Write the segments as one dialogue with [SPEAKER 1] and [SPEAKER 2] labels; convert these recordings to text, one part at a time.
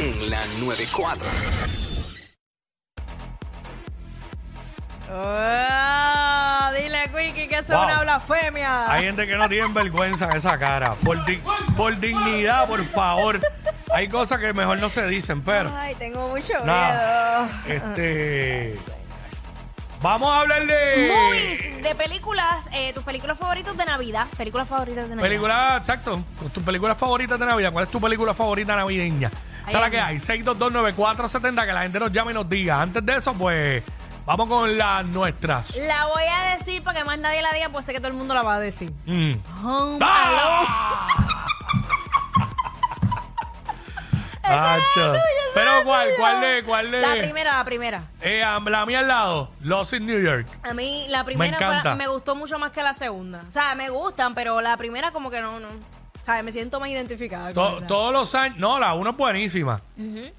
[SPEAKER 1] en la 94.
[SPEAKER 2] Ah, dile, Quickie, que eso
[SPEAKER 3] Wow.
[SPEAKER 2] es una blasfemia.
[SPEAKER 3] Hay gente que no tiene vergüenza en esa cara. Por, di- por dignidad, por favor. Hay cosas que mejor no se dicen, pero.
[SPEAKER 2] Ay, tengo mucho
[SPEAKER 3] Nada.
[SPEAKER 2] miedo.
[SPEAKER 3] Este. Vamos a hablar de.
[SPEAKER 2] Movies de películas, eh, tus películas favoritas de Navidad. Películas favoritas de Navidad.
[SPEAKER 3] Película, exacto. Tus películas favoritas de Navidad. ¿Cuál es tu película favorita navideña? Esa es la que hay. 6229470. Que la gente nos llame y nos diga. Antes de eso, pues. Vamos con las nuestras.
[SPEAKER 2] La voy a decir para que más nadie la diga, pues sé que todo el mundo la va a decir.
[SPEAKER 3] Mm.
[SPEAKER 2] Home
[SPEAKER 3] ¡Ah! Acho. Pero cuál, cuál de, cuál de.
[SPEAKER 2] La primera, la primera.
[SPEAKER 3] Eh, am- la mía al lado, Lost in New York.
[SPEAKER 2] A mí la primera fue-
[SPEAKER 3] encanta.
[SPEAKER 2] me gustó mucho más que la segunda. O sea, me gustan, pero la primera como que no, no. O sea, me siento más identificada. con
[SPEAKER 3] To-
[SPEAKER 2] esa.
[SPEAKER 3] todos los años. No, la uno es buenísima.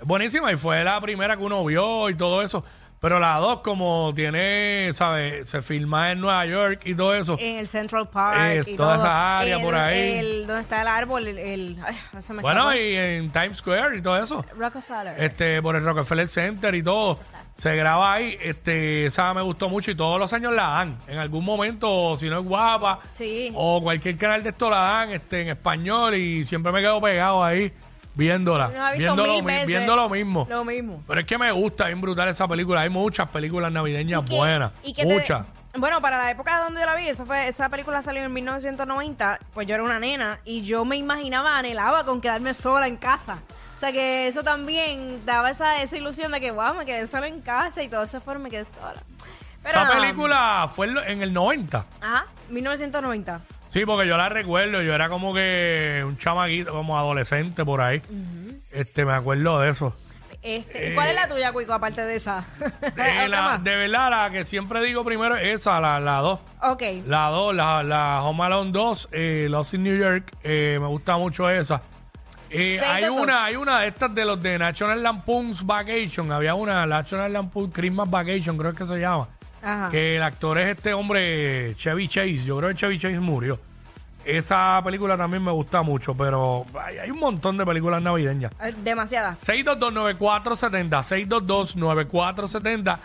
[SPEAKER 3] Buenísima y fue la primera que uno vio y todo eso. Pero la dos, como tiene, ¿sabes? Se filma en Nueva York y todo eso.
[SPEAKER 2] En el Central Park
[SPEAKER 3] Es,
[SPEAKER 2] y
[SPEAKER 3] toda
[SPEAKER 2] todo.
[SPEAKER 3] esa área
[SPEAKER 2] El-
[SPEAKER 3] por ahí.
[SPEAKER 2] el- donde está el árbol, el... el- ay, no se me
[SPEAKER 3] bueno,
[SPEAKER 2] escapó.
[SPEAKER 3] y en Times Square y todo eso.
[SPEAKER 2] Rockefeller.
[SPEAKER 3] Este, por el Rockefeller Center y todo. Se graba ahí, este, esa me gustó mucho y todos los años la dan. En algún momento, o si no es guapa,
[SPEAKER 2] Sí.
[SPEAKER 3] o cualquier canal de esto la dan, este, en español y siempre me quedo pegado ahí viéndola,
[SPEAKER 2] Nos ha visto
[SPEAKER 3] viendo,
[SPEAKER 2] mil
[SPEAKER 3] lo, mi-
[SPEAKER 2] veces.
[SPEAKER 3] viendo lo mismo.
[SPEAKER 2] Lo mismo.
[SPEAKER 3] Pero es que me gusta, bien brutal esa película. Hay muchas películas navideñas buenas,
[SPEAKER 2] y que te-
[SPEAKER 3] muchas.
[SPEAKER 2] bueno, para la época donde la vi, eso fue, esa película salió en 1990, pues yo era una nena y yo me imaginaba, anhelaba con quedarme sola en casa. O sea que eso también daba esa, esa ilusión de que, wow, me quedé sola en casa y todo ese fue, me quedé sola. Pero
[SPEAKER 3] esa
[SPEAKER 2] nada.
[SPEAKER 3] película fue en lo- en el 90.
[SPEAKER 2] Ajá, 1990.
[SPEAKER 3] Sí, porque yo la recuerdo, yo era como que un chamaguito, como adolescente por ahí. Este, me acuerdo de eso.
[SPEAKER 2] Este, ¿y ¿Cuál es la tuya, Cuico, aparte de esa?
[SPEAKER 3] Eh, De,
[SPEAKER 2] ¿Otra
[SPEAKER 3] la-
[SPEAKER 2] más?
[SPEAKER 3] de verdad, la que siempre digo primero es esa, la, la 2.
[SPEAKER 2] Ok.
[SPEAKER 3] La 2, la, la Home Alone 2, eh, Lost in New York, eh, me gusta mucho esa. Eh,
[SPEAKER 2] Seis
[SPEAKER 3] hay
[SPEAKER 2] de dos.
[SPEAKER 3] una, hay una de estas de los de National Lampoon's Vacation, había una, National Lampoon Christmas Vacation, creo que se llama.
[SPEAKER 2] Ajá.
[SPEAKER 3] Que el actor es este hombre Chevy Chase, yo creo que Chevy Chase murió. Esa película también me gusta mucho, pero hay, hay un montón de películas navideñas.
[SPEAKER 2] Eh, Demasiada.
[SPEAKER 3] 6229470, 6229470.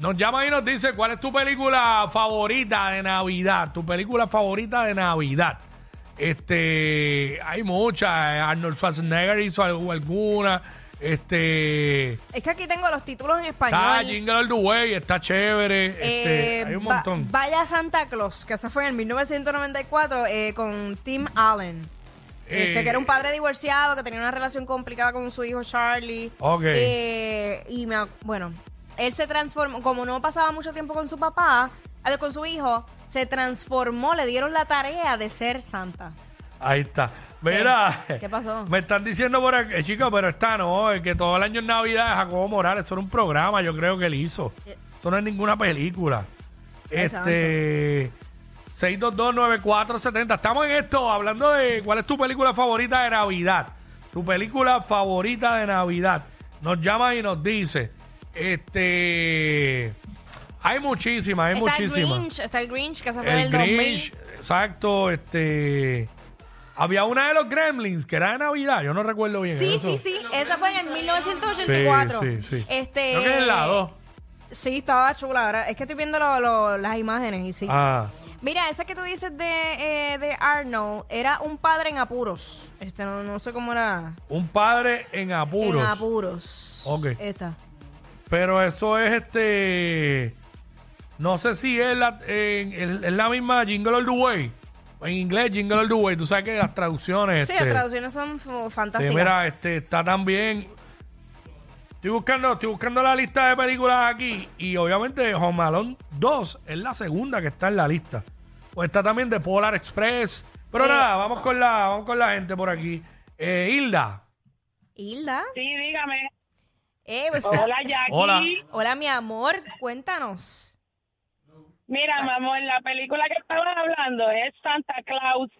[SPEAKER 3] Nos llama y nos dice cuál es tu película favorita de Navidad, tu película favorita de Navidad. Este, hay muchas, eh, Arnold Schwarzenegger hizo algo- alguna, este,
[SPEAKER 2] Es que aquí tengo los títulos en
[SPEAKER 3] está
[SPEAKER 2] español.
[SPEAKER 3] Jingle All the Way, está chévere, este,
[SPEAKER 2] Eh,
[SPEAKER 3] hay un
[SPEAKER 2] Va-
[SPEAKER 3] montón.
[SPEAKER 2] Vaya Santa Claus, que se fue en 1994 eh, con Tim Allen. Este,
[SPEAKER 3] Eh,
[SPEAKER 2] que era un padre divorciado, que tenía una relación complicada con su hijo Charlie.
[SPEAKER 3] Ok.
[SPEAKER 2] Eh, y me ac- bueno, él se transformó, como no pasaba mucho tiempo con su papá, eh, con su hijo, se transformó, le dieron la tarea de ser Santa.
[SPEAKER 3] Ahí está. Mira,
[SPEAKER 2] ¿Qué pasó?
[SPEAKER 3] Me están diciendo por aquí, eh, chica, pero está no, el que todo el año en Navidad, Jacobo Morales, eso era un programa, yo creo que él hizo. Eso no es ninguna película.
[SPEAKER 2] Exacto.
[SPEAKER 3] Este 6229470. Estamos en esto hablando de cuál es tu película favorita de Navidad. Tu película favorita de Navidad. Nos llama y nos dice, este hay muchísimas, hay
[SPEAKER 2] está
[SPEAKER 3] muchísimas
[SPEAKER 2] el Grinch, está el Grinch, que se fue
[SPEAKER 3] el
[SPEAKER 2] del 2000.
[SPEAKER 3] Grinch, exacto, este había una de los Gremlins que era de Navidad, yo no recuerdo bien
[SPEAKER 2] Sí,
[SPEAKER 3] eso.
[SPEAKER 2] sí, sí, esa fue en 1984.
[SPEAKER 3] Sí, sí, sí.
[SPEAKER 2] Este,
[SPEAKER 3] Creo que es la 2.
[SPEAKER 2] Sí, estaba chula. Ahora es que estoy viendo lo- lo- las imágenes y sí.
[SPEAKER 3] Ah,
[SPEAKER 2] Mira, esa que tú dices de, eh, de Arnold era un padre en apuros. Este, no, no sé cómo era.
[SPEAKER 3] un padre en apuros.
[SPEAKER 2] En apuros.
[SPEAKER 3] Ok.
[SPEAKER 2] Esta.
[SPEAKER 3] Pero eso es este. No sé si es la, en- en- es la misma Jingle All the Way. En inglés, Jingle All the Way. Tú sabes que las traducciones.
[SPEAKER 2] Sí,
[SPEAKER 3] este,
[SPEAKER 2] las traducciones son f-
[SPEAKER 3] Sí,
[SPEAKER 2] fantásticas.
[SPEAKER 3] mira, este, está también. Estoy buscando, estoy buscando la lista de películas aquí. Y obviamente Home Alone 2 es la segunda que está en la lista. Pues está también de Polar Express. Pero
[SPEAKER 2] Eh.
[SPEAKER 3] nada, vamos con la, vamos con la gente por aquí. Eh, Hilda.
[SPEAKER 2] Hilda.
[SPEAKER 4] Sí, dígame.
[SPEAKER 2] Eh, what's up?
[SPEAKER 4] Hola, Jackie.
[SPEAKER 3] Hola.
[SPEAKER 2] Hola, mi amor. Cuéntanos.
[SPEAKER 4] Mira, mi amor, la película que estabas hablando es Santa Claus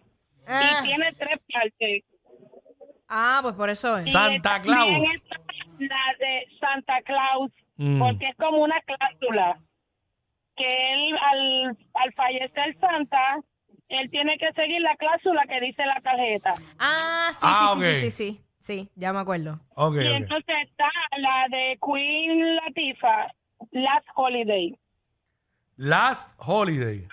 [SPEAKER 2] Ah,
[SPEAKER 4] y tiene tres partes.
[SPEAKER 2] ah, pues por eso es.
[SPEAKER 4] Y
[SPEAKER 3] Santa
[SPEAKER 4] también
[SPEAKER 3] Claus.
[SPEAKER 4] está La de Santa Claus,
[SPEAKER 3] Mm.
[SPEAKER 4] porque es como una cláusula. Que él, al, al fallecer Santa, él tiene que seguir la cláusula que dice la tarjeta.
[SPEAKER 2] Ah, sí, sí,
[SPEAKER 3] Ah, ok.
[SPEAKER 2] sí, sí, sí, sí. Sí, ya me acuerdo.
[SPEAKER 3] Ok,
[SPEAKER 4] Y
[SPEAKER 3] ok.
[SPEAKER 4] entonces está la de Queen Latifah, Last Holiday.
[SPEAKER 3] Last Holiday.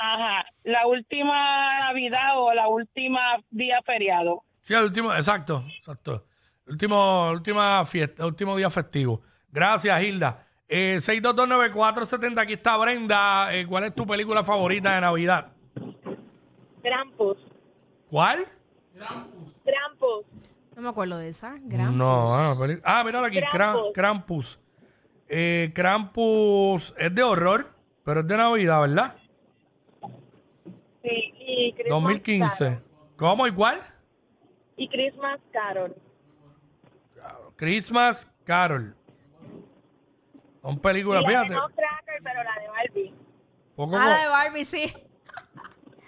[SPEAKER 4] Ajá, la última Navidad o la última día feriado.
[SPEAKER 3] Sí, el último, exacto, exacto. El Último, última fiesta, el último día festivo. Gracias, Hilda. Eh, 6229470, aquí está Brenda. Eh, ¿Cuál es tu película favorita de Navidad?
[SPEAKER 4] Grampus,
[SPEAKER 3] ¿Cuál?
[SPEAKER 4] Grampus.
[SPEAKER 2] No me acuerdo de esa. Gran.
[SPEAKER 3] No, ah, peli- ah, míralo aquí, Kram-
[SPEAKER 4] Krampus.
[SPEAKER 3] Krampus. Eh, Krampus es de horror, pero es de Navidad, ¿verdad?
[SPEAKER 4] Sí, y Christmas
[SPEAKER 3] 2015.
[SPEAKER 4] Carol.
[SPEAKER 3] ¿Cómo? ¿Y cuál?
[SPEAKER 4] Y Christmas Carol.
[SPEAKER 3] Christmas Carol. Son películas,
[SPEAKER 4] Y la
[SPEAKER 3] fíjate,
[SPEAKER 4] de No Cracker, pero la de Barbie.
[SPEAKER 3] poco,
[SPEAKER 2] Ah, la de Barbie, sí.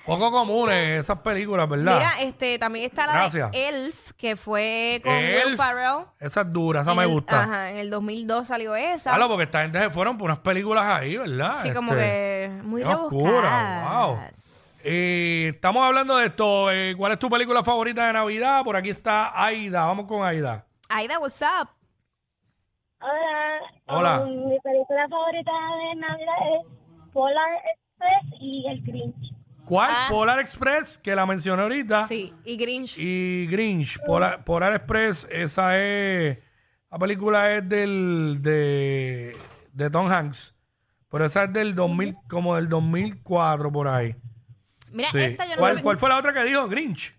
[SPEAKER 3] poco comunes esas películas, ¿verdad?
[SPEAKER 2] Mira, este, también está la
[SPEAKER 3] Gracias.
[SPEAKER 2] de Elf, que fue con Will
[SPEAKER 3] Elf.
[SPEAKER 2] Ferrell.
[SPEAKER 3] Esa es dura, esa me
[SPEAKER 2] En-
[SPEAKER 3] gusta.
[SPEAKER 2] Ajá, en el 2002 salió esa.
[SPEAKER 3] Claro, porque esta gente se fueron por unas películas ahí, ¿verdad?
[SPEAKER 2] sí, como
[SPEAKER 3] Este,
[SPEAKER 2] que muy
[SPEAKER 3] qué oscura, wow.
[SPEAKER 2] rebuscadas.
[SPEAKER 3] eh, estamos hablando de esto. eh, ¿Cuál es tu película favorita de Navidad? Por aquí está Aida. Vamos con Aida.
[SPEAKER 2] Aida, what's up?
[SPEAKER 5] Hola.
[SPEAKER 3] Hola.
[SPEAKER 5] Um, mi película favorita de Navidad es Polar Express y El Grinch.
[SPEAKER 3] ¿Cuál?
[SPEAKER 2] Ah.
[SPEAKER 3] Polar Express, que la mencioné ahorita.
[SPEAKER 2] Sí, y Grinch.
[SPEAKER 3] Ah. Y Grinch. Polar, Polar Express, esa es. La película es del. de, de Tom Hanks. Pero esa es del 2000, como del 2004 por ahí.
[SPEAKER 2] Mira,
[SPEAKER 3] Sí.
[SPEAKER 2] esta yo no
[SPEAKER 3] ¿Cuál,
[SPEAKER 2] sé-
[SPEAKER 3] cuál fue la otra que dijo? Grinch.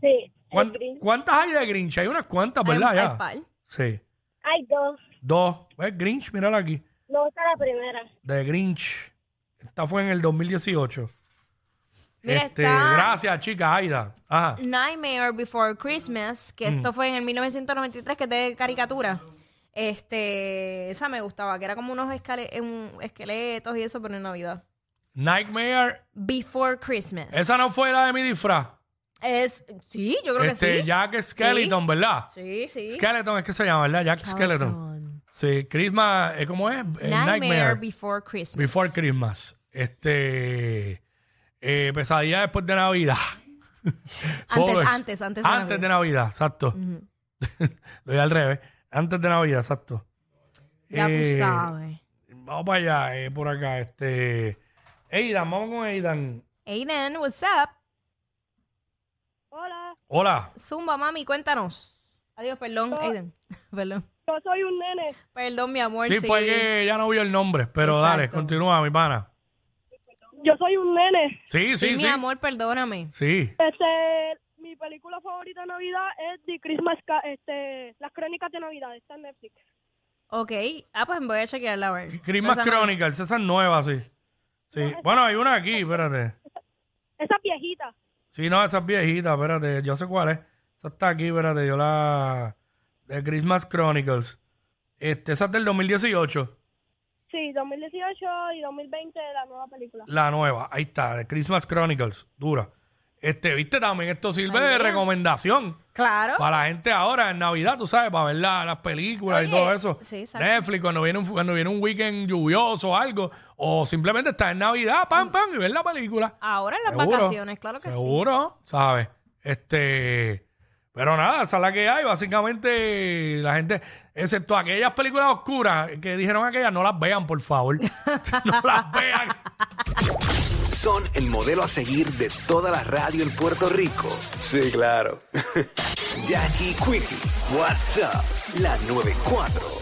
[SPEAKER 5] Sí, El
[SPEAKER 3] ¿Cuán-
[SPEAKER 5] Grinch.
[SPEAKER 3] ¿Cuántas hay de Grinch? Hay unas cuantas,
[SPEAKER 2] Hay un-
[SPEAKER 3] ¿verdad?
[SPEAKER 2] hay
[SPEAKER 3] ya.
[SPEAKER 2] par.
[SPEAKER 3] Sí.
[SPEAKER 5] Hay dos.
[SPEAKER 3] Dos. ¿Ves? Grinch, mírala aquí.
[SPEAKER 5] Me gusta la primera.
[SPEAKER 3] De Grinch. Esta fue en el 2018.
[SPEAKER 2] Mira,
[SPEAKER 3] Este,
[SPEAKER 2] está-
[SPEAKER 3] Gracias, chica Aida. Ajá.
[SPEAKER 2] Nightmare Before Christmas, que
[SPEAKER 3] Mm.
[SPEAKER 2] esto fue en el 1993, que es de caricatura. Este, esa me gustaba, que era como unos escale- eh, un- esqueletos y eso, pero en Navidad.
[SPEAKER 3] Nightmare.
[SPEAKER 2] Before Christmas.
[SPEAKER 3] Esa no fue la de mi disfraz.
[SPEAKER 2] Es, sí, yo creo
[SPEAKER 3] Este,
[SPEAKER 2] que sí.
[SPEAKER 3] Jack Skeleton, ¿verdad?
[SPEAKER 2] Sí, sí.
[SPEAKER 3] Skeleton es que se llama, ¿verdad? Jack Skeleton.
[SPEAKER 2] Skeleton.
[SPEAKER 3] Sí, Christmas. eh, ¿Cómo es? Eh,
[SPEAKER 2] Nightmare, Before Christmas.
[SPEAKER 3] Before Christmas. Este. eh, pesadilla después de Navidad. Sobre-
[SPEAKER 2] antes, antes de
[SPEAKER 3] Antes de Navidad, exacto. Lo di al revés. Antes de Navidad, exacto.
[SPEAKER 2] Ya
[SPEAKER 3] Eh,
[SPEAKER 2] tú sabes.
[SPEAKER 3] Vamos para allá, eh, por acá. Este. Aidan, vamos con Aidan.
[SPEAKER 2] Aiden, what's up?
[SPEAKER 4] Hola,
[SPEAKER 3] Hola.
[SPEAKER 2] Zumba, mami, cuéntanos. Adiós, perdón, Aiden. perdón.
[SPEAKER 4] yo soy un nene.
[SPEAKER 2] Perdón, mi amor.
[SPEAKER 3] Sí, fue que ya no vio el nombre, pero dale,
[SPEAKER 2] Exacto.
[SPEAKER 3] continúa, mi pana.
[SPEAKER 4] Yo soy un nene.
[SPEAKER 3] Sí, sí, sí.
[SPEAKER 2] mi amor, perdóname.
[SPEAKER 3] Sí.
[SPEAKER 4] Este, mi película favorita de Navidad es The Christmas, Ca- este, Las Crónicas de Navidad, está en Netflix.
[SPEAKER 2] Ok. Ah, pues voy a chequearla a ver.
[SPEAKER 3] Christmas
[SPEAKER 2] Esa no-
[SPEAKER 3] Chronicles, esa es nueva, sí. Sí. Bueno, hay una aquí, espérate.
[SPEAKER 4] Esa es viejita.
[SPEAKER 3] Sí, no, esa es viejita, espérate, yo sé cuál es. Esa está aquí, espérate, yo la... De Christmas Chronicles. Este, esa es del 2018,
[SPEAKER 4] Sí, 2018 y 2020 de la nueva película.
[SPEAKER 3] la nueva. Ahí está, de Christmas Chronicles, dura. Este, viste, también esto sirve de
[SPEAKER 2] Ay, mira.
[SPEAKER 3] recomendación
[SPEAKER 2] Claro.
[SPEAKER 3] para la gente ahora en Navidad, tú sabes, para ver la- las películas y
[SPEAKER 2] Oye,
[SPEAKER 3] todo eso.
[SPEAKER 2] sí, exacto.
[SPEAKER 3] Netflix, cuando viene, un, cuando viene un weekend lluvioso o algo, o simplemente estar en Navidad, pam, pam, y ver la película.
[SPEAKER 2] Ahora en Ah, las
[SPEAKER 3] Seguro.
[SPEAKER 2] vacaciones, claro que sí.
[SPEAKER 3] Seguro, ¿sabes? Este. Pero nada, esa es la que hay. Básicamente, la gente, excepto aquellas películas oscuras que dijeron aquellas, no las vean, por favor. no las vean.
[SPEAKER 1] Son el modelo a seguir de toda la radio en Puerto Rico. Sí, claro. Jackie Quickie, WhatsApp, la 94.